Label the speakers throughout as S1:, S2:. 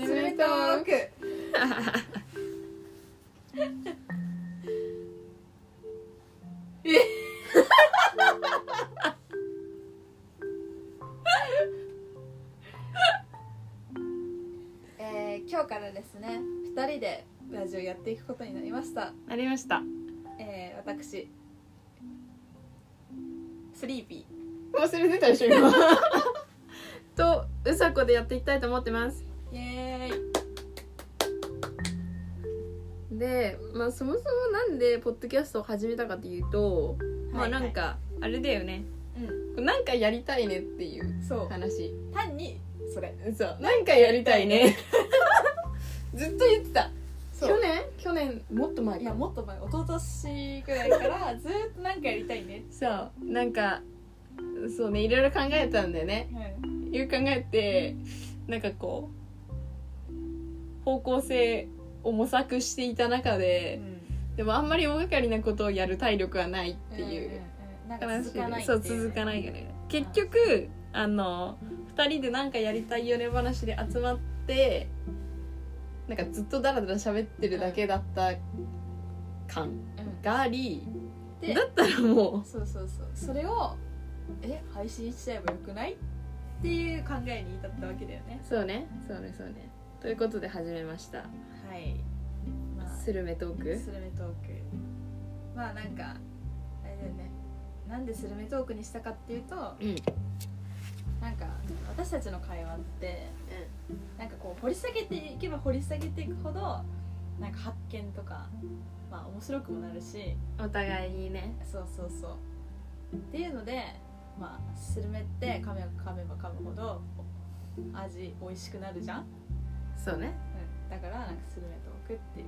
S1: ークえー今日からですね2人でラジオやっていくことになりました、
S2: なりましたも
S1: えー私スリーピ
S2: うそれ出たでしょ今 とうさこでやっていきたいと思ってます
S1: ーイエーイ
S2: で、まあ、そもそもなんでポッドキャストを始めたかっていうと、
S1: はい
S2: まあなんかあれだよねなんかやりたいねっていう
S1: そう
S2: 話
S1: 単にそれ
S2: そうなんかやりたいね ずっと言ってた
S1: そう
S2: 去年去年もっと前
S1: い
S2: か
S1: やもっと前一昨年ぐらい からずーっとなんかやりたいね、
S2: そうなんかそうねいろいろ考えたんだよね
S1: うん、
S2: いろいろ考えてなんかこう方向性を模索していた中で、でもあんまり大掛かりなことをやる体力はないってい
S1: う
S2: う、
S1: んうんうんなんか
S2: 話
S1: 続かないって
S2: そ
S1: いう
S2: 続かないよね結局あの2人でなんかやりたいよね話で集まってなんかずっとダラダラ喋ってるだけだった
S1: う
S2: 感
S1: ん
S2: があり
S1: で
S2: だったらも
S1: そうそうそうそれをえ配信しちゃえばよくないっていう考えに至ったわけだよね
S2: うそうねそうねそうねということで始めました
S1: はいまあ
S2: 「
S1: ス
S2: スルメトーク
S1: ルメトークまあなんかあれだよねなんでスルメトークにしたかっていうと、
S2: うん
S1: なんか私たちの会話ってなんかこう掘り下げていけば掘り下げていくほどなんか発見とかまあ面白くもなるし」
S2: お互いにね
S1: そうそうそうっていうのでまあスルメって噛めば噛めば噛むほど味美味しくなるじゃん、
S2: そうね
S1: うん、だからなんかスルメトークっていう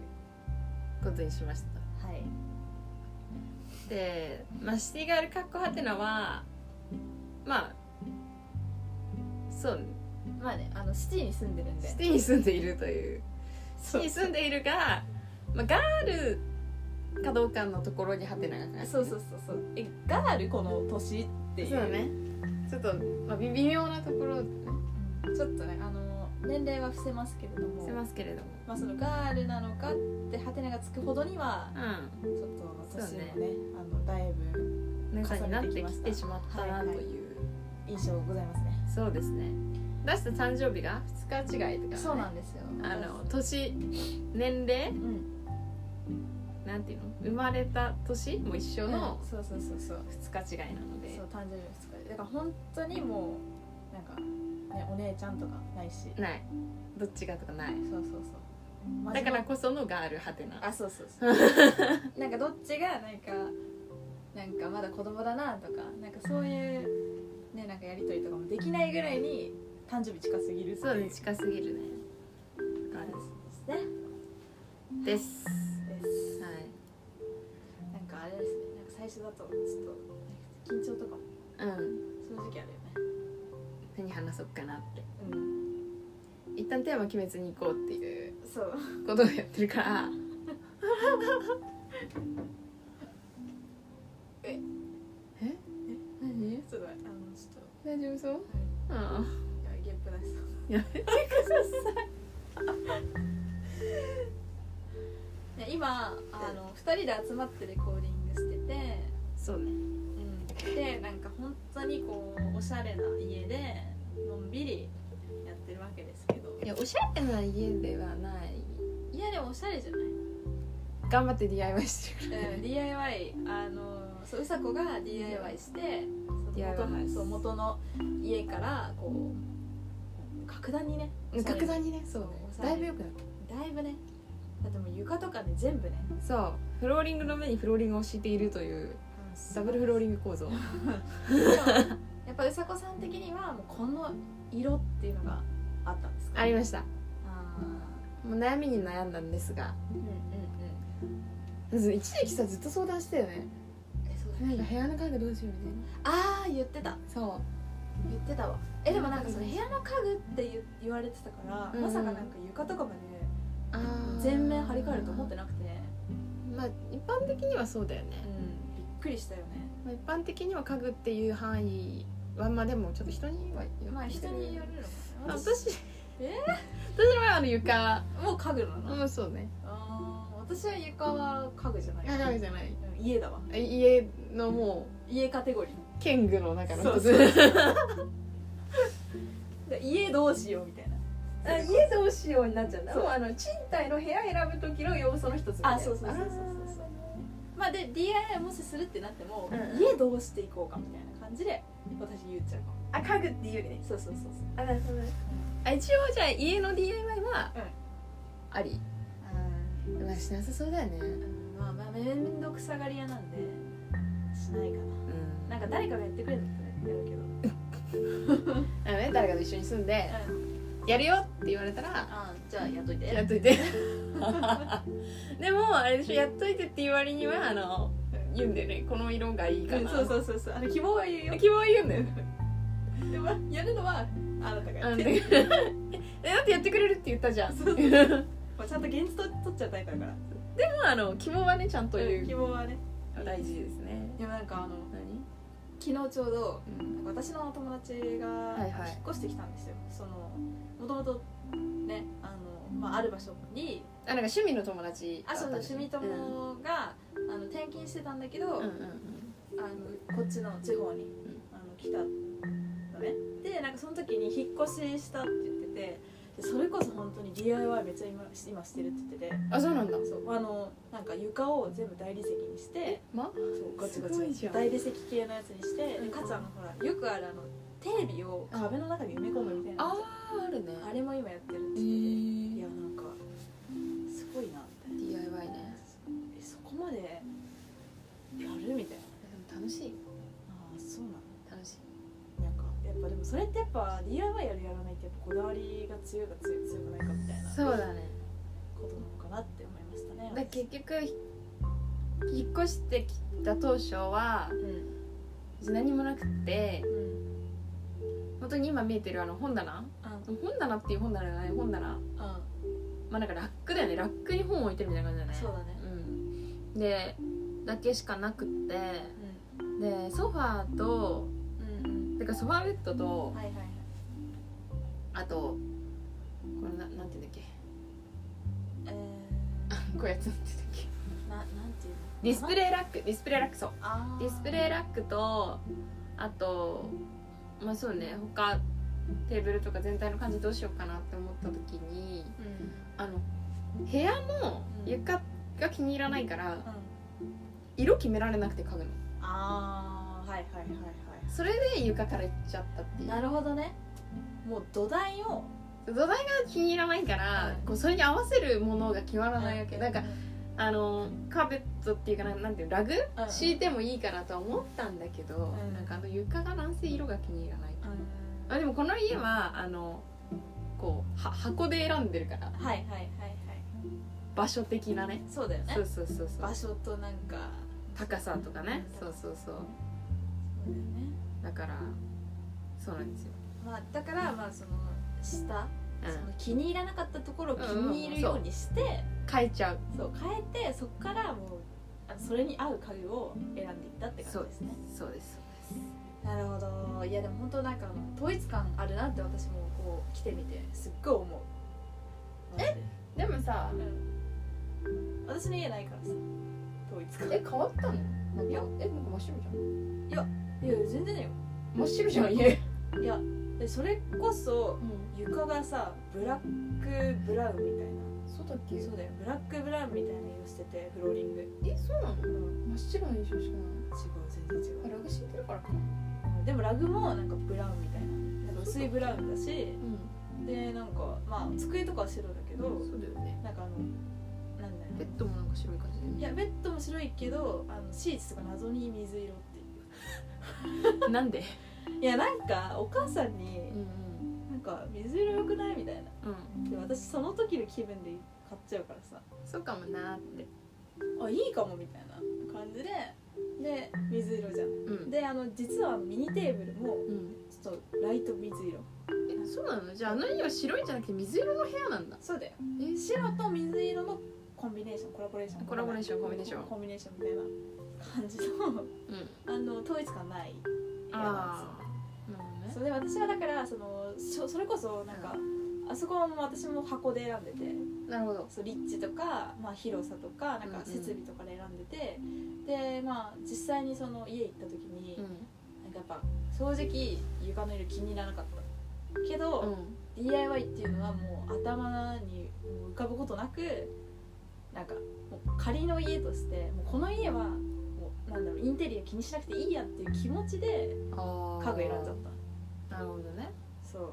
S2: ことにしました
S1: はい
S2: で、まあ、シティガールかっこはてなはまあそうね
S1: まあねあのシティに住んでるんで
S2: シティに住んでいるというシテ
S1: そ
S2: ィ
S1: う
S2: に住んでいるが、まあ、ガールかどうかのところにハテナがね
S1: そうそうそうそうえガールこの年っていう
S2: そうねちょっと、まあ、微妙なところをね
S1: うんちょっとねあの年齢は伏せますけれども
S2: してますけれども
S1: まあ、そのガールなのかってハテナがつくほどには
S2: う
S1: ちょっと年もねあのだいぶ
S2: ん仲になって
S1: 重ねてきま
S2: き
S1: した
S2: てしまったなという、
S1: 印象ございますね
S2: そうですね出した誕生日が2日違いとか、ね、
S1: そうなんですよ
S2: あの年年齢
S1: うん
S2: なんていうの生まれた年も一緒の
S1: うんそうそうそうそう
S2: 2日違いなので
S1: そう、誕生日の2日でだから本当にもうなんか、ね、お姉ちゃんとかないし
S2: ないどっちがとかない
S1: そうそうそう
S2: だか
S1: 真
S2: ら
S1: 面
S2: こそのガールハテ
S1: 目
S2: ナ
S1: あそうそうそう なんかどっちがなんかなんかまだ子供だなとかなんかそういうねなんかやりとりとかもできないぐらいに誕生日近すぎるって
S2: そう
S1: い
S2: ね
S1: う
S2: 近すぎるねガール
S1: ですね
S2: です。
S1: です
S2: は
S1: なんかあれですねなんか最初だとちょっと緊張とかも
S2: い。うん。
S1: 正直あるよね
S2: 何話そうかなって。
S1: うん
S2: 一旦テーマ決めずに行こうっていう
S1: そう
S2: ことをやってるから。
S1: え
S2: え？え？何？
S1: ちょっとあのちょっ
S2: 大丈夫そう？
S1: と、はい
S2: うん。
S1: やばいゲップ出しそう
S2: やめてください。
S1: ね今あの2人で集まってレコーディングしてて、
S2: そうね。
S1: でなんか本当にこうおしゃれな家でのんびりやってるわけですけど
S2: いやおしゃれな家ではない。
S1: いやでもおしゃれじゃな
S2: 頑張って DIY してる。
S1: い、うん、DIY あのそううさこが DIY してその
S2: DIY
S1: 元そう元の家からこう格段にね
S2: うん格段にね、そうね。だいぶ良くなっ
S1: だいぶねだってもう床とかね全部ね
S2: た。そう。フローリングの上にフローリングを敷いているというダブルフローリング構造。
S1: でもやっぱうさこさん的にはもうこの色っていうのがあったんですか
S2: ありました。
S1: あ
S2: もう悩みに悩んだんですが。
S1: ーうんうんうん
S2: 一時期さずっと相談してたよね
S1: えそうだ
S2: なんか部屋の家具どうしようみ
S1: ああ言ってた
S2: たいなそ
S1: 言ってたわえでもなんかその部屋の家具って言言われてたから、
S2: うん
S1: まさかなんか床とかまで
S2: う
S1: 全面張り替えると思っててなくて、
S2: まあ一般的にはそうだよね、
S1: うん、びっくりしたよね
S2: まあ、一般的には家具っていう範囲はまあでもちょっと人にはよってる
S1: まあ人によるのか
S2: ま
S1: な
S2: あ私
S1: え
S2: 私の場合はあの床
S1: もう家具なの、
S2: うんそうね
S1: あー私は床は家具じゃない
S2: 長くじゃない
S1: うん家だわ
S2: あ家のも
S1: 家カテゴリー
S2: う剣具の中の一
S1: そうそう
S2: つ
S1: で家どうしようみたいな
S3: あ家どうしようになっちゃうんだ
S1: そう
S3: もうあの賃貸の部屋選ぶ時の要素の一つみたいな
S1: あそうそうそうそうそうそうまあで DIY もしするってなっても、
S3: うん
S1: 家どうしていこうかみたいな感じで私言っちゃうかも
S3: あーあ家具っていうよりね
S1: そうそうそうそう
S3: あなるほどね
S2: あ一応じゃあ家の DIY は
S1: うん
S2: ありまあしなさそうだよね
S1: まあまあ面倒くさがり屋なんでしないか
S2: うん
S1: ななんか誰かがやってくれるんだったらやるけど
S2: あのね誰かと一緒に住んでやるよって言われたら
S1: あじゃあやっといて
S2: やっといて でもあれでしょやっといてって言う割にはあの言うんだよねこの色がいいか
S1: うん
S2: な
S1: そうそうそうそうあの希望は言うよ
S2: 希望言うんだよね
S1: でもやるのはあなたが
S2: あ
S1: やっ
S2: の
S1: て
S2: ねえだってやってくれるって言ったじゃん
S1: そうそう
S2: でも
S1: まあちゃんと現実と取っちゃうタイプだから
S2: あの希望はねちゃんと言
S1: ん希
S2: う
S1: 望はね
S2: 大事ですね
S1: でもなんかあの
S2: 何
S1: 昨日ちょうど私の友達が
S2: はいはい
S1: 引っ越してきたんですよ、そのもともとねあの、まあ、ある場所に
S2: あなんか趣味の友達
S1: あそうそう趣味
S2: うん
S1: 友が、あの転勤してたんだけど、
S2: うんうん
S1: あのこっちの地方に、あの来たのねでなんかその時に引っ越ししたって言っててでそれこそ本当に DIY めっちゃ今今してるって言ってて
S2: うんあそうなんだ
S1: そうあのなんか床を全部大理石にして
S2: ま
S1: そうガチガ
S2: すごいじ
S1: チ
S2: ゃん
S1: 大理石系のやつにして
S2: う
S1: で
S2: ん
S1: かつあのほらよくあるあのテレビを壁の中に埋め込むみたいな
S2: あ
S1: や
S2: ああるね
S1: つあれも今やってるって
S2: え
S1: 言っててい
S2: ー
S1: やなんかすごいなみたいな
S2: DIY ね
S1: えそこまでやるみたいな
S2: でも楽しい
S1: ああそうなの
S2: 楽しい
S1: なんかやっぱでもそれってやっぱ DIY やるやらないってやっぱこだわりが強いか強い強くないかみたいな
S2: そうだね
S1: ことなのかなって思いましたね。
S2: だ結局ひ引っ越してきた当初は
S1: うん
S2: 何もなくって
S1: うん
S2: 本当に今見えてるあの本棚
S1: あ
S2: 本棚っていう本棚じゃない本棚
S1: あ
S2: まあなんかラックだよねラックに本を置いてるみたいな感じだね
S1: そうだね。
S2: うんでだけしかなくって
S1: う
S2: でソファーと
S1: んうん
S2: だからソファーベッド
S1: う
S2: と
S1: んはいはいはい。
S2: あとこれななんていうんだっけ
S1: え
S2: こういうやつなんていうんだっけ
S1: ー、ななんていうの
S2: ディスプレイラックディスプレイラックそう
S1: あー
S2: ディスプレイラックとあとまあそうね他テーブルとか全体の感じどうしようかなって思った時に
S1: うんうん
S2: あの部屋の床が気に入らないから色決められなくて家具の
S1: あーはいはいはいは
S2: それで床からいっちゃったって
S1: い。
S2: いう
S1: なるほどね。もう土台を
S2: 土台が気に入らないから、
S1: うん
S2: こうそれに合わせるものが決まらないわけ、なんか
S1: うん
S2: あのカーペットっていうかななんていうのラグ、
S1: うん
S2: 敷いてもいいかなとは思ったんだけど、
S1: うん
S2: なんかあの床がなんせ色が気に入らないあでもこの家はあのこうは箱で選んでるから
S1: はいはいはいはい。
S2: 場所的なね
S1: そうだよね
S2: そ。うそうそうそう
S1: 場所となんか
S2: 高さとかね
S1: うん
S2: そうそう
S1: そ
S2: そう
S1: うだよね。
S2: だからそうなんですよ、
S1: まあ、だからまあその下、
S2: う
S1: その
S2: ん、
S1: 気に入らなかったところを気に入るようにして、
S2: 変えちゃう
S1: そう変えてそこからもうあのそれに合う家具を選んでいったって
S2: そ
S1: 感
S2: う
S1: じ
S2: で
S1: です
S2: す
S1: ね
S2: そうですそうです
S1: なるほどいやでも本当なんかあの統一感あるなって私もこう来てみてすっごい思うえ、
S2: でもさ
S1: うん、私の家ないからさ統一感
S2: え変わったの
S1: い
S2: い
S1: や
S2: やえなんか真っ白じゃん
S1: いや全然だよ
S2: 真っ白じゃん家
S1: いやでそれこそ
S2: うん
S1: 床がさブラックブラウンみたいな
S2: そうだっけ
S1: そうだよブラックブラウンみたいな色しててフローリング違う
S2: えそうなの真っ白の印象しかな
S1: 全然違う
S2: いラグ敷いてるからかな
S1: でもラグもなんかブラウンみたいななんか薄いブラウンだし
S2: うん
S1: でなんかまあ机とかは白だけど
S2: そうだよね
S1: なんかあのなんだろ
S2: ベ
S1: う
S2: ッドもなんか白い感じ
S1: い
S2: で
S1: やベッドも白いけどあのシーツとか謎に水色って
S2: なんで
S1: いういやなんかお母さん
S2: う
S1: に
S2: ん
S1: なんか水色良くないみたいな
S2: うん
S1: で私その時の気分で買っちゃうからさ
S2: そうかもなーって
S1: あいいかもみたいな感じでで水色じゃん
S2: うん
S1: であの実はミニテーブルも
S2: うん
S1: ちょっとライト水色
S2: えそうなのじゃああの家は白いんじゃなくて水色の部屋なんだ
S1: そうだよ
S2: え
S1: 白と水色のコンビネーションコラボレーション
S2: コラボレーションコンビネーション
S1: コンビネーションみたいな感じ の
S2: うん
S1: あの統一感ない部屋なん
S2: ああなるほど
S1: です
S2: ね
S1: よそれで私はだからそのしょそれこそなんか、あそこはもう私も箱で選んでて
S2: なるほど
S1: そう立地とか、まあ、広さとかなん
S2: うんう
S1: か
S2: ん
S1: 設備とかで選んでて、でまあ実際にその家行った時に、
S2: う
S1: なんかやっぱ正直床の色気に入らなかったけど、
S2: ん、
S1: DIY っていうのはもう頭に浮かぶことなくなんかもう仮の家としてもうこの家はもうなんだろうインテリア気にしなくていいやっていう気持ちで
S2: あ
S1: 家具選んじゃった
S2: たなるほどね
S1: そう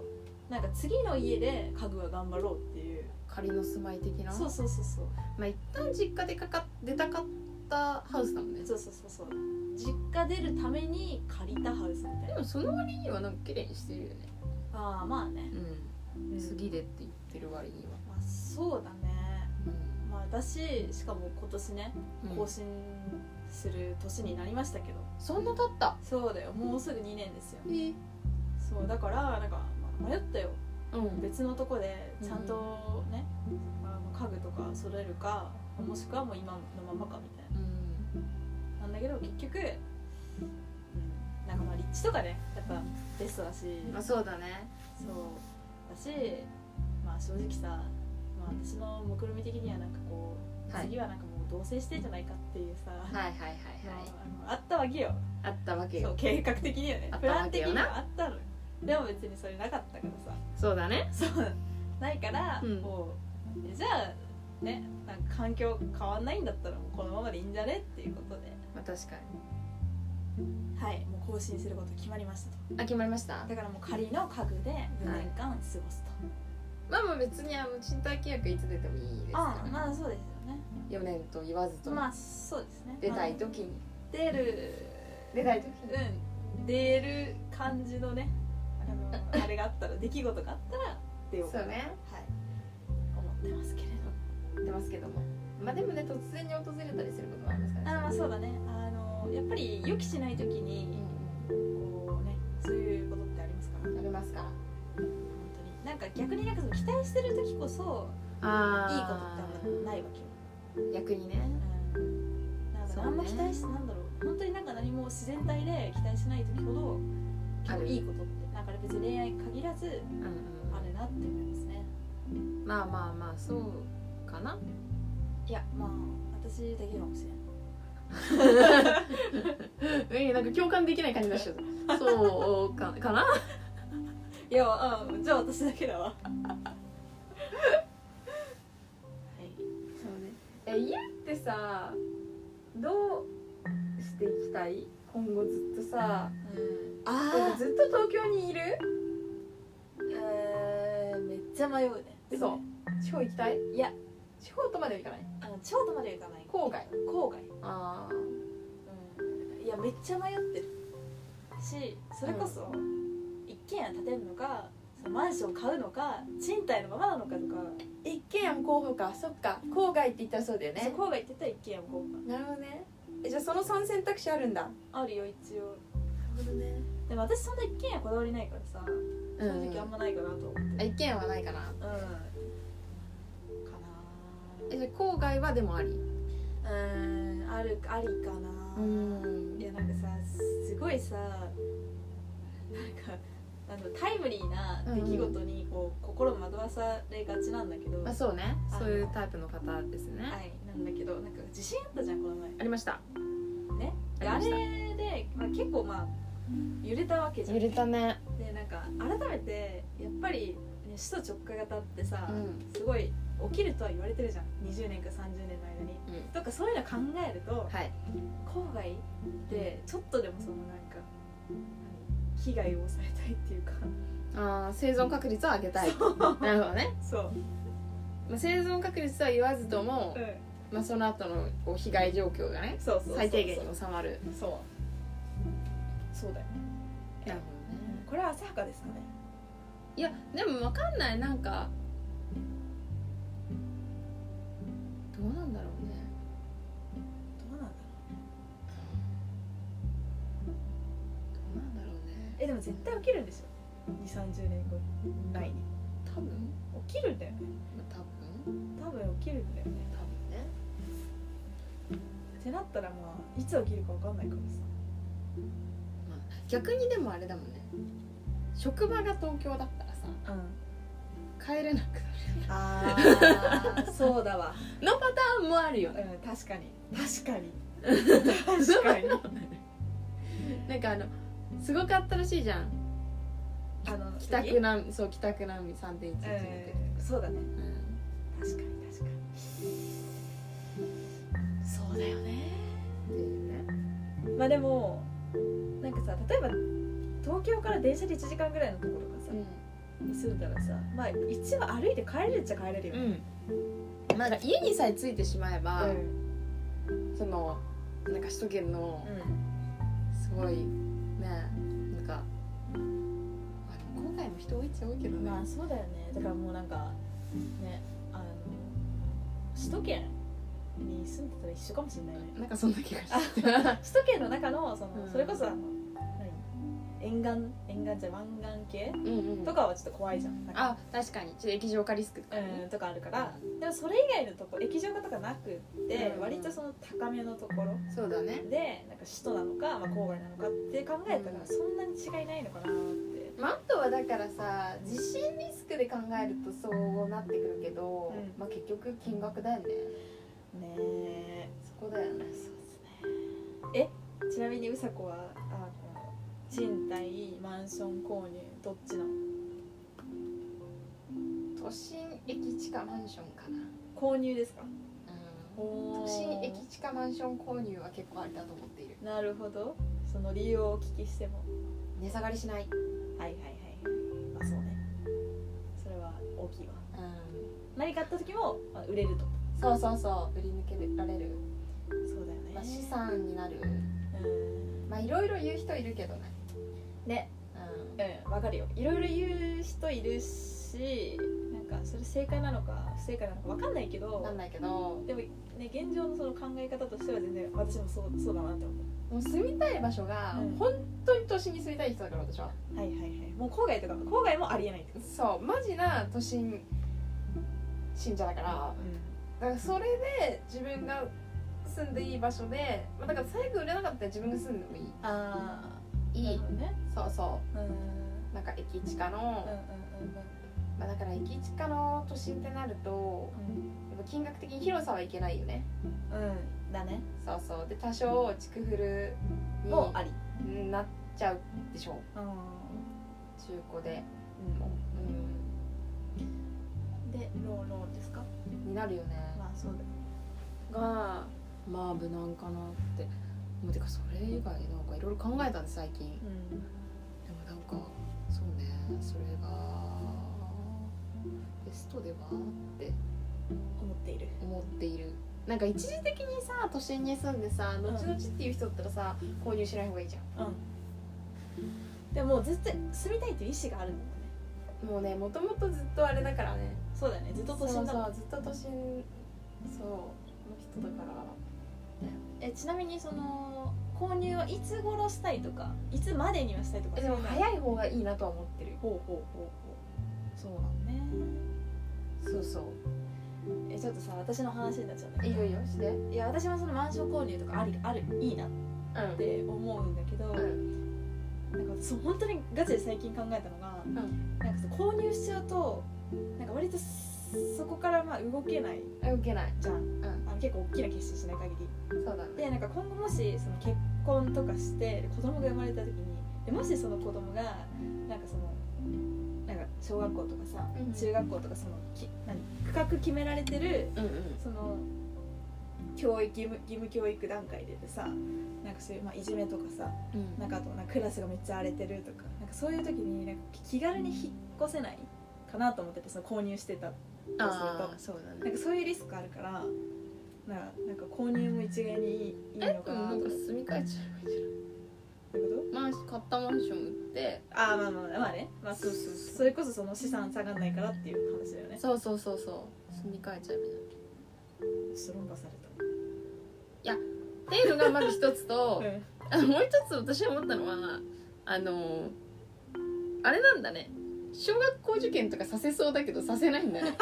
S1: なんか次の家で家具は頑張ろうっていう
S2: 仮の住まい的な
S1: そうそうそうそう
S2: まあ一旦実家でかか出たかったハウスだもんね
S1: そうそうそうそう実家出るために借りたハウスみたい
S2: で
S1: な
S2: もその割にはなんか綺麗にしてるよね
S1: ああまあね、う
S2: うん次でって言ってる割には
S1: まあそうだねまあ私しかも今年ね
S2: うん、
S1: 更新する年になりましたけど、
S2: そんな経った
S1: そうだよもうすぐ2年ですよ
S2: えー
S1: そうだからなんかまあ迷ったよ
S2: うん
S1: 別のとこでちゃんとね、あの家具とか揃えるかもしくはもう今のままかみたい
S2: うん
S1: ななんだけど結局、うん、なんかまあ立地とかねやっぱベストだし、
S2: まあそうだね
S1: そうだしまあ正直さ、まあ、私の目論見み的にはなんかこう、
S2: はい
S1: 次はなんかもう同棲してんじゃないかっていうさ、
S2: はいはいはいはい
S1: まああのあったわけよ
S2: あったわけ
S1: そう
S2: よ
S1: 計画的にはね
S2: あっ
S1: プ
S2: た
S1: ラ
S2: わ
S1: ン
S2: け
S1: 的
S2: よ
S1: に
S2: な
S1: はあったのよでも別にそれなかったから
S2: そうだね
S1: さそうないから、
S2: うん
S1: もうえじゃあねなんか環境変わんないんだったらもうこのままでいいんじゃねっていうことで
S2: まあ確か
S1: はいもう更新すること決まりましたと
S2: にあ決まりました
S1: だからもう仮の家具で4年間過ごすと、
S2: まあまあ別にあの賃貸契約いつ出てもいいです
S1: あ
S2: か
S1: あ
S2: ら
S1: まあそうですよね
S2: 4年と言わずと
S1: まあそうですね
S2: 出たい時に
S1: まあ出る
S2: 出たい時
S1: うん出る感じのね あのあれがあったら出来事があったら出ようか
S2: そ
S1: な
S2: うね
S1: はい、思ってますけれど
S2: 言ってますけどもまあでもね突然に訪れたりすることもありますか
S1: あ
S2: ら
S1: まあそうだねあのやっぱり予期しない時
S2: う
S1: に
S2: ん
S1: こうねそういうことってありますから
S2: うんありますから
S1: 本当になんか逆になんかその期待してる時こそいいことってあんまないわけよ、
S2: 逆にね
S1: うん、だからあんま期
S2: そうね
S1: 待し、なんだろう本当になんか何も自然体で期待しない時ほど結
S2: あ
S1: 構
S2: る
S1: いいことってだから別に恋愛に限らず
S2: うんうん
S1: あるなって思いますね
S2: まあまあまあそうかない
S1: やまあ私だけかもしれない
S2: えなんか共感できない感じがしちゃうそうかかない
S1: やあじゃあ私だけだわはい
S2: そうねえ家ってさどうしていきたい今後ずっとさ
S1: うん
S2: なんかずっと東京にいる
S1: えーめっちゃ迷うね
S2: 嘘地方行きたい
S1: いや
S2: 地方とまでは行かない
S1: あの京都までは行かない
S2: 郊外
S1: 郊外、
S2: あ
S1: うん、いやめっちゃ迷ってるしそれこそ、一軒家建てるのかそのマンション買うのか賃貸のままなのかとか、
S2: あ一軒家も候補かそっか郊外って言ったらそうだよ
S1: そう郊外って言ったら一軒家もこう
S2: なるほどねえじゃあその3選択肢あるんだな
S1: かあるよ一応
S2: るほどね
S1: でも私そんな一軒家こだわりないからさ正直あんまないかなと思ってうん、
S2: 一軒家はないかな
S1: かな
S2: えじゃあ郊外はでもあり
S1: うんあるありかな
S2: うん
S1: いやなんかさすごいさなんかあのタイムリーな出来事にこう、心を惑わされがちなんだけど、
S2: まあ
S1: は
S2: そうね
S1: あの
S2: そういうタイプの方ですね、
S1: いなんだけどなんか地震あったじゃんこの前
S2: ありました
S1: ね
S2: あ
S1: で
S2: り
S1: あ
S2: ました
S1: れで、まあ、結構まあ揺れたわけじゃんで
S2: たね
S1: なんか改めてやっぱり、ね、首都直下型ってさ、
S2: うん
S1: すごい起きるとは言われてるじゃん20年か30年の間に。
S2: うん
S1: とかそういうの考えると、
S2: はい
S1: 郊外でちょっとでもそのなんか何被害を抑えたいっていうか
S2: あー生存確率を上げたいなるほどね、
S1: そう、
S2: まあ、生存確率とは言わずとも
S1: う、ん、
S2: まあ、その後のこう被害状況がね
S1: そうそうそう
S2: 最低限に収まる
S1: そうそうだよね
S2: なる
S1: これは浅はかですかね
S2: いやでも分かんないなんかどうなんだろうね
S1: どうなんだろ
S2: どうなんだろうね
S1: うえでも絶対起きるんですよ2 3 0年後ないに
S2: 多分
S1: 起きるんだよね
S2: まあ多分
S1: 多分起きるんだよね
S2: 多分ね
S1: ってなったらまあいつ起きるか分かんないからさ
S2: 逆にでもあれだもんね職場が東京だったらさ
S1: うん
S2: 帰れなくな
S1: あ ーそうだわ、
S2: るのパターンもあるよ
S1: うん、
S2: ね
S1: 確かに確かに確か に
S2: なんかあのすごかったらしいじゃん
S1: あの
S2: 帰宅難民そう帰宅難民3.11の時、
S1: うんそうだね
S2: うん
S1: 確かに確かにそうだよね
S2: っていうね
S1: まあでもなんかさ例えば東京から電車で1時間ぐらいのところがさ、に住んだらさまあ一応歩いて帰れるっちゃ帰れるよ
S2: う
S1: ね、
S2: んまあなんか家にさえ着いてしまえば、
S1: ん
S2: そのなんか首都圏のすごいねなんかあでも今回も人多いっちゃ多いけどね、
S1: まあそうだよねだからもうなんかねあの首都圏に住んでたら一緒かもしれ ないね
S2: なんかそんな気がして
S1: 首都圏の中のその、
S2: うん
S1: それこそあの何沿岸沿岸じゃ湾岸系
S2: うん、うん、
S1: とかはちょっと怖いじゃんなんか
S2: あ確かにちょっと液状化リスクとか
S1: うん
S2: ね、
S1: とかあるからでもそれ以外のとこ液状化とかなくって、
S2: うん
S1: 割とその高めのところ
S2: そうだね
S1: でなんか首都なのか、まあ、郊外なのかって考えたら、
S2: うん
S1: そんなに違いないのかなって、
S2: まあ
S3: あとはだからさ地震リスクで考えるとそうなってくるけど、
S1: うん
S3: まあ結局金額だよね
S1: ねえ
S3: そこだよね
S1: そうですねえちなみにうさこはあの賃貸マンション購入どっちなの
S3: 都心駅地下マンションかな、
S1: 購入ですか
S3: 都心駅地下マンション購入は結構ありだと思っている
S1: なるほどその理由をお聞きしても
S3: 値下がりしない、
S1: はいはいはいまあそうねそれは大きいわ何かあった時も、まあ、売れると
S3: そうそうそう売り抜けられる、
S1: そうだよね
S3: まあ、資産になる
S1: うん
S3: まあいろいろ言う人いるけどね
S1: ね
S3: うん
S1: うんわかるよいろいろ言う人いるしなんかそれ正解なのか不正解なのかわかんないけど
S3: わかんないけども
S1: でもね現状のその考え方としては全然私もそうそうだなって思
S3: う住みたい場所が
S1: うん
S3: 本当に都心に住みたい人だから私は
S1: うはいはいはいもう郊外とか郊外もありえないってこ
S3: そうマジな都心信者だから
S1: と
S3: だからそれで自分が住んでいい場所で、まあ、だから最後売れなかったら自分が住んでもいい
S1: ああ
S3: いい
S1: ね
S3: そうそ
S1: うんうんうん
S3: うなんか駅地下の、まあ、だから駅地下の都心ってなるとやっぱ金額的に広さはいけないよね
S1: うんうんうんだね
S3: そうそうで多少築古
S1: もうあり
S3: になっちゃうでしょ
S1: うん
S3: 中古でも
S1: う
S3: うん
S1: でローンローンですか
S3: んになるよね
S1: まあそうだよね
S2: がまあ無難かなってもうてかそれ以外なんかいろいろ考えたんです最近でもなんかそうねそれがベストではって
S1: 思っている
S2: 思っているなんか一時的にさ都心に住んでさ後々っていう人だったらさ
S3: 購入しない方がいいじゃ
S1: うんでももう絶対住みたいっていう意思があるんだもんね
S3: んもうねもともとずっとあれだからね
S1: そうだよねずっと都心だもん
S3: そうそうずっと都心そうの人だから
S1: えちなみにその購入はいつ頃したいとかいつまでにはしたいとか
S3: えでも
S1: そううの
S3: 早い方がいいなとは思ってるよ
S1: ほうほうほうほうそうだね
S3: そうそう
S1: えちょっとさ私の話になっちゃうんだ
S3: い
S1: け
S3: い
S1: ど
S3: よいいよしてうん
S1: いや私もそのマンション購入とかありあるいいなって思うんだけど、
S3: うん
S1: なんかそう本当にガチで最近考えたのが、
S3: ん
S1: なんかそう購入しちゃうとなんか割とそこからまあ動けない
S3: あ受けない
S1: じゃん、
S3: ん
S1: あの結構大きな決心しない限り
S3: そうだね
S1: でなんか今後もしその結婚とかして子供が生まれた時にでもしその子供がなんかそのなんか小学校とかさ、
S3: うん
S1: 中学校とかそのき何区画決められてる
S2: うんうん
S1: その教育義務義務教育段階でさなんかそういう、まあ、いじめとかさ
S2: うん
S1: なんかあとなんかクラスがめっちゃ荒れてるとかなんかそういう時になんか気軽に引っ越せないかなと思っててその購入してた
S2: ああそうだ
S1: なん
S2: ね
S1: かそういうリスクあるからなんかなんか購入も一概にいいいいのかな
S2: な
S1: と
S2: ん
S1: か
S2: か住み替えちゃえばいいんじゃない
S1: どういうこ
S2: マンション買ったマンション売って
S1: とああまあまあまあね、まあ、
S2: そうそうそう
S1: それこそその資産下がんないからっていう話だよね
S2: そうそうそうそう住み替えちゃえばいいんじゃない
S1: ちょっと論破され
S2: っていうのがまず一つ
S1: た
S2: と、
S1: うん
S2: あのもう一つ私が思ったのはあのあれなんだね小学校受験とかさせそうだけどさせないんだね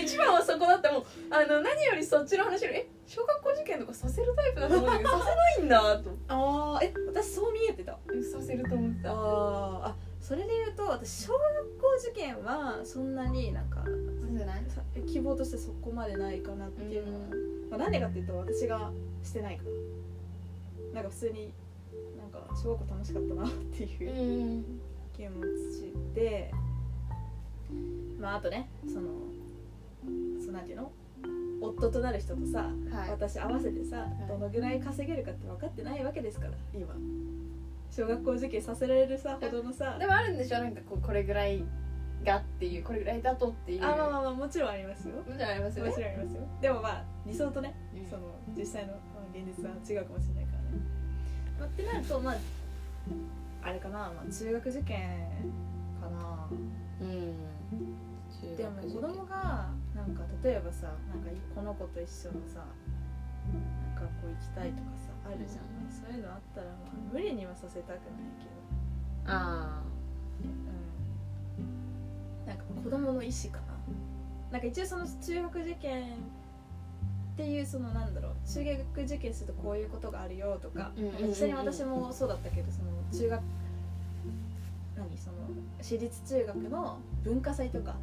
S3: 一番はそこだってもうあの何よりそっちの話よりえ小学校受験とかさせるタイプだと思うんだけどさせないんだ と思っ
S1: ああえ私そう見えてたあ
S3: てさせると思って
S1: ーあそれで言うと私小学校受験はそんなになんか
S3: そうじゃない
S1: さ希望としてそこまでないかなっていうのは、
S3: う
S1: まあ、なんでかっていうと私がしてないからなんか普通になんか小学校楽しかったなっていう。
S3: ん
S1: 気持ちでまああとねそのそうなんていうの夫となる人とさ、
S3: はい
S1: 私合わせてさ、どのぐらい稼げるかって分かってないわけですから今小学校受験させられるさほどのさ
S3: でもあるんでしょなんかこうこれぐらいがっていうこれぐらいだとっていう
S1: あまあまあまあもちろんありますよも
S3: じゃあります
S1: ち
S3: よ
S1: ろん
S3: ね
S1: ありますよでもまあ理想とね
S3: うん
S1: その実際のまあ現実は違うかもしれないからね、まあ、ってなるとまああれかな、まあ、中学受験かな
S2: うん
S1: でも子供がなんか例えばさなんかこの子と一緒のさなんかこう行きたいとかさあるじゃん、そういうのあったら、まあ、無理にはさせたくないけど、
S2: あ
S1: うん、なんか子供の意思かななんか一応その中学受験っていうそのなんだろう中学受験するとこういうことがあるよとか、
S2: うんうんうんうん
S1: 実際に私もそうだったけどその中学何その私立中学の文化祭とか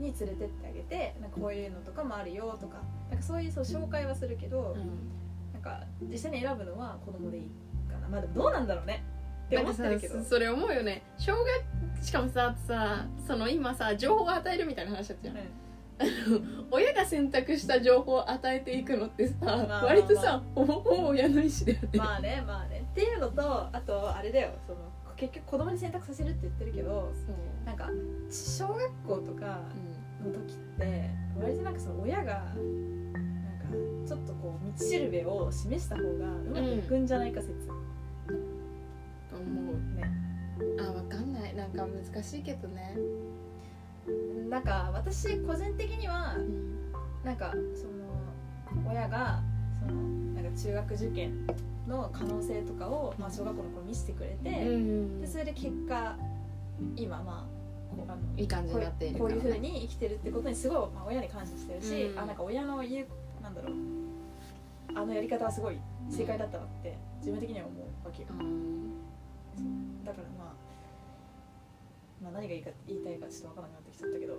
S1: に連れてってあげてなんかこういうのとかもあるよとかなんかそういうそう紹介はするけど、
S2: あ
S1: なんか実際に選ぶのは子供でいいかなまあでもどうなんだろうねって
S2: なん
S1: 思
S2: か
S1: って
S2: さ
S1: るけど
S2: それ思うよね小学しかもささその今さ情報を与えるみたいな話だったじゃん親が選択した情報を与えていくのってさ、
S1: あまあ
S2: 割とさほぼほぼ親の意思だよ
S1: うん
S2: ね、
S1: まあねまあねっていうのとあとあれだよその結局子供に選択させるって言ってるけど
S2: そう
S1: なんか小学校とか
S2: う
S1: の時って割となんかその親がなんかちょっとこう道しるべを示した方がうまくいくんじゃないか説、
S2: ん思う
S1: ね
S2: あわかんないなんか難しいけどね、
S1: なんか私個人的にはなんかその親がそのなんか中学受験の可能性とかを、まあ、小学校の頃見せてくれて、
S2: うん
S1: でそれで結果今まあこうあの
S2: いい感じ
S1: こ
S2: に
S1: う
S2: なっている
S1: こ
S2: か
S1: う
S2: ら
S1: い
S2: ね
S1: うふうに生きてるってことにすごい、まあ、親に感謝してるし、
S2: うん
S1: あなんか親の言うなんだろうあのやり方はすごい正解だったなって自分的には思うわけよ
S2: うん
S1: だからまあ、まあ、何がいいか言いたいかちょっとわからなくなってきちゃったけど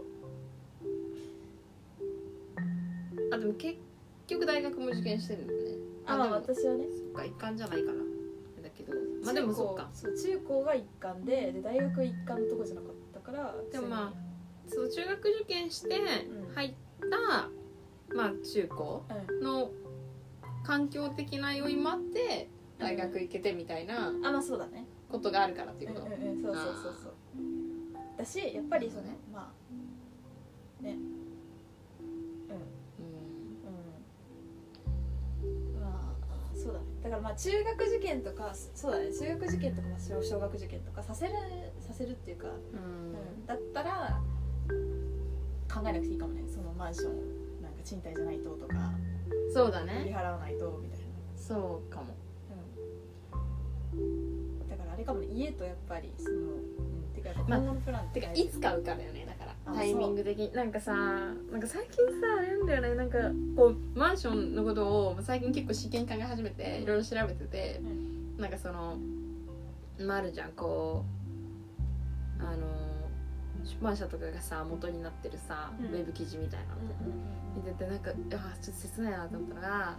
S2: あでも結局大学も受験してるんだね
S1: あまあ
S2: でも
S1: 私はね
S2: そっか一貫じゃないからだけどまあでもそっ
S1: 中高
S2: か
S1: そう中高が一貫でで大学一貫のとこじゃなかったから
S2: でも
S1: あ
S2: まそう中学受験して
S1: ん
S2: 入った、まあ中高の環境的な要因もあって大学行けてみたいな
S1: あまあそうだね
S2: ことがあるからっていううんこと、
S1: うんうんそうそうそうそうだしやっぱりそのねまあねうんまあそうだねだからまあ中学受験とかそうだね中学受験とかまあ小小学受験とかさせるさせるっていうか、
S2: うん
S1: うん、だったら考えなくていいかもねそのマンションなんか賃貸じゃないととか
S2: そうだ
S1: 売り
S2: ね
S1: 払わないとみたいな
S2: そうかも
S1: うんだからあれかもね家とやっぱりその、うん、てかやっぱ
S2: まあ
S1: 今後のプランってて
S2: か
S1: 大事
S2: いつ買うかだよねだか
S1: あ
S2: らタイミング的になんかさなんか最近さあれなんだよねなんかこうマンションのことを最近結構試験考え始めていろいろ調べてて
S1: う、
S2: なんかその、まあ、あるじゃんこうあの出版社とかがさ元になってるさ、
S1: うん
S2: ウェブ記事みたいな
S1: う
S2: の
S1: んうん
S2: 見ててなんかあちょっと切ないなと思ったのが、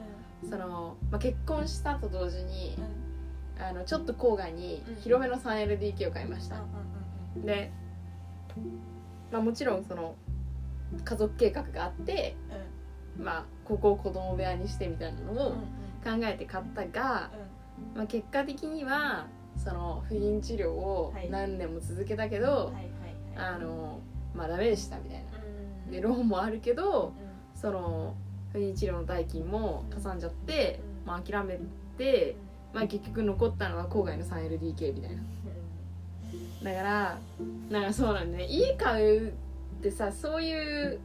S2: その、まあ、結婚したと同時に、
S1: うんうん
S2: あのちょっと郊外に
S1: うん
S2: 広めの 3LDK を買いました、で、まあ、もちろんその家族計画があって、
S1: うん
S2: まあ、ここを子供部屋にしてみたいなの
S1: うんうんうんうん
S2: を考えて買ったが、まあ、結果的にはその不妊治療を
S1: はい
S2: 何年も続けたけ
S1: う
S2: ど
S1: ん、はいはいはい
S2: あのまあダメでしたみたいな。
S1: うん
S2: でローンもあるけど
S1: うんうん
S2: その不妊治療の代金もかさんじゃって、
S1: うん
S2: まあ、諦めて、まあ、結局残ったのは郊外の 3LDK みたいなだからなんかそうなんだね家買うってさそういう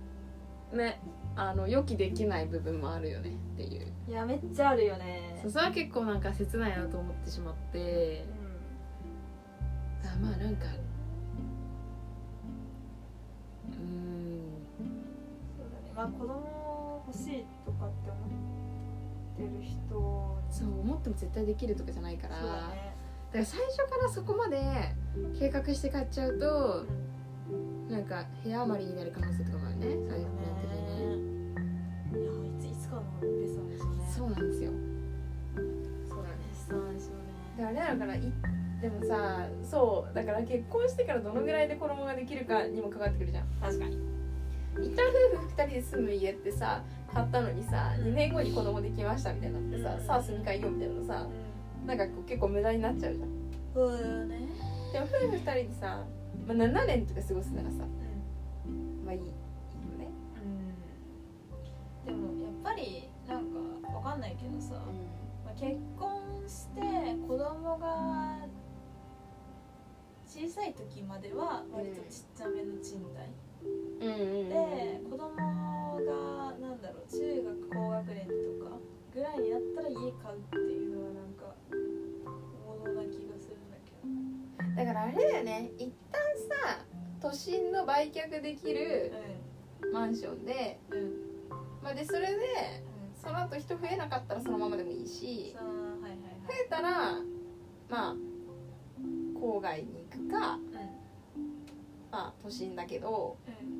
S2: ねあの予期できない部分もあるよねっていう
S1: いやめっちゃあるよね
S2: そうそれは結構なんか切ないなと思ってしまって
S1: う
S2: あまあなんかうーん
S1: んそうだねまあ子供欲しいとかって思ってる人
S2: そう思っても絶対できるとかじゃないから
S1: そうだね
S2: だから最初からそこまで計画して買っちゃうと
S1: うん
S4: なんか部屋余りになる可能性とかもあるね
S1: そうだ
S4: 最
S1: ね
S4: 悪なってね
S1: いやいついつかのベストなんですよね
S4: そうなんですよ
S1: そうだねそうなんですよね
S2: であれなのかないでもさそうだから結婚してからどのぐらいで子供ができるかにもかかってくるじゃん
S1: 確かに
S2: 一旦夫婦2人で住む家ってさ買ったのにさ2年後に子供できましたみたいなのってさ、
S1: うん
S2: さあ住み替えようみたいなのさなんかこう結構無駄になっちゃうじゃん
S1: そうだよね
S2: でも夫婦2人でさ、まあ、7年とか過ごすなら
S1: う
S2: さ
S1: ん
S2: まあいいいいよね、
S1: うんでもやっぱりなんかわかんないけどさ、まあ、結婚して子供が小さい時までは割とちっちゃめの賃貸、
S4: うんうん
S1: で子供がなんだろう中学高学年とかぐらいになったら家買うっていうのはなんか王道な気がするんだけ
S2: だからあれだよね一旦さ都心の売却できる
S1: ど
S2: マンションで、
S1: うんうんうん
S2: まあ、でそれでその後人増えなかったらそのままでもいいし
S1: さあはいはい
S2: 増えたらまあ郊外に行くか
S1: はい
S2: まあ都心だけど
S1: うん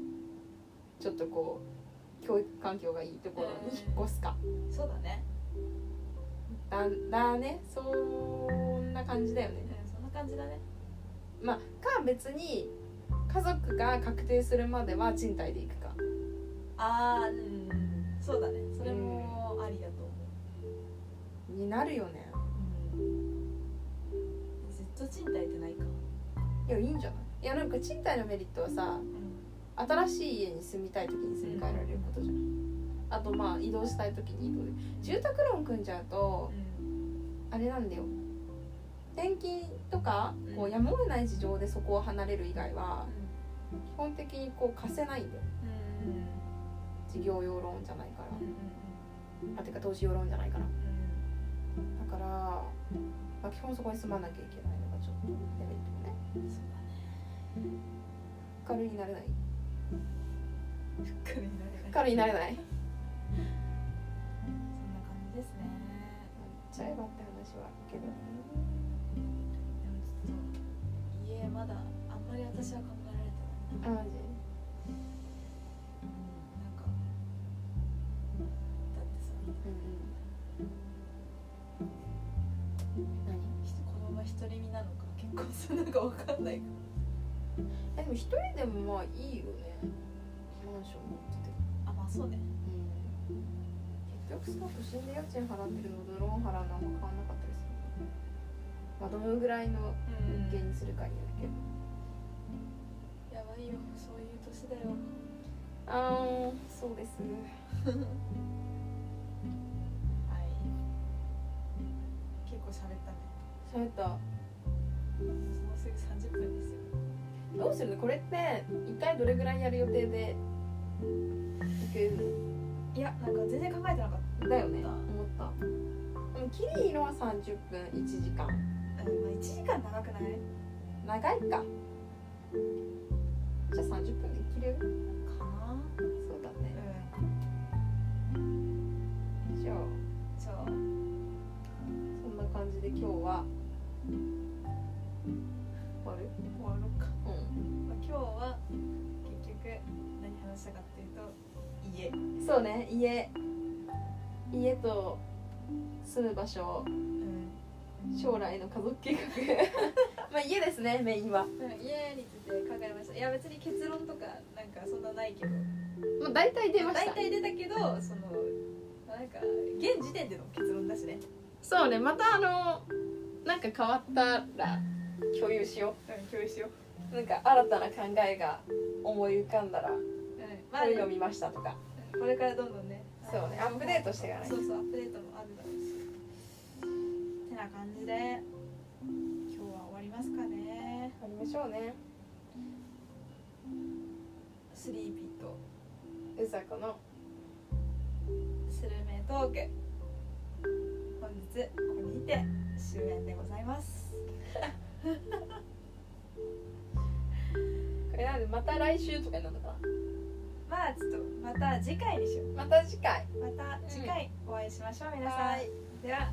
S2: ちょっとこう教育環境がいいところに引っ越すか
S1: うんそうだね
S2: だだねそんな感じだよね
S1: うんそんな感じだね
S2: まあか別に家族が確定するまでは賃貸で行くか
S1: ああうんそうだねそれもありだと思
S2: になるよね
S1: う、うん、ずっと賃貸ってないか、
S2: いやいいんじゃないいやなんか賃貸のメリットはさ
S1: うん、
S2: 新しい家に住みたい時に住み替えられることじゃんあとまあ移動したい時に移動で住宅ローン組んじゃうとあれなんだよ転勤とかこうやむを得ない事情でそこを離れる以外は基本的にこう貸せないんだよ事業用ローンじゃないからあてか投資用ローンじゃないからだから、まあ、基本そこに住まなきゃいけないのがちょっとデメリットね
S1: そうだね
S2: 軽になれない
S1: ふっくりになれない
S2: 軽になれない
S1: そんな感じですね
S2: なっちゃえばって話はあるけどね
S1: でもちょっと家まだあんまり私は考えられてないな、
S2: あマジ
S1: うん、なんかだってさ
S2: うん
S1: ひこのまま独り身なのか結婚するのかわかんないか
S2: 何えでも一人でもまあいいよねマンション持ってて
S1: らあまあそうね
S2: 結局さ都心で家賃払ってるのとローン払うのはあんま変わんなかったりするまあどのぐらいの物件にするかによるけど
S1: やばいよそういう年だよ
S2: ああそうです
S1: はい結構喋ったね
S2: 喋った
S1: もうすぐ30分ですよ
S2: どうするのこれって一体どれぐらいやる予定で行
S1: いやなんか全然考えてなかっ
S2: くだよね思ったでもキリいいのは30分1時間
S1: た、うんまあ、1時間長くない
S2: 長いかじゃあ30分で切れる
S1: かな
S2: そうだね
S1: うん
S2: じゃあ
S1: じゃあ
S2: そんな感じで今日は終わる
S1: 終わろうか、
S2: う
S1: まあ、今日は結局何話したかっていうと家
S2: んそうね家家と住む場所
S1: うん
S2: 将来の家族計画 まあ家ですねメインは
S1: なんか家について考えましたいや別に結論とかなんかそんなないけど
S4: まあ大体出まし
S1: 大
S4: た
S1: 体出たけどそのまあなんか現時点での結論だしね
S4: そうねまたあのなんか変わったら
S2: 共有しよう
S1: うん共有しよう
S2: なんか新たな考えが思い浮かんだら、
S1: うん
S2: こういうの見ましたとか、
S1: これからどんどんね
S2: そうねアップデートしていかない
S1: そ
S2: と
S1: うそうアップデートもあるだろうしてな感じで今日は終わりますかね
S2: やりましょうね
S1: スリーピーと
S2: うさこの
S1: スルメトーク本日ここにて終演でございます
S2: これなんでまた来週とかになるのか
S1: まあちょっとまた次回にしよう
S2: なまた次回
S1: また次回お会いしましょう、皆さん、
S2: はい
S1: では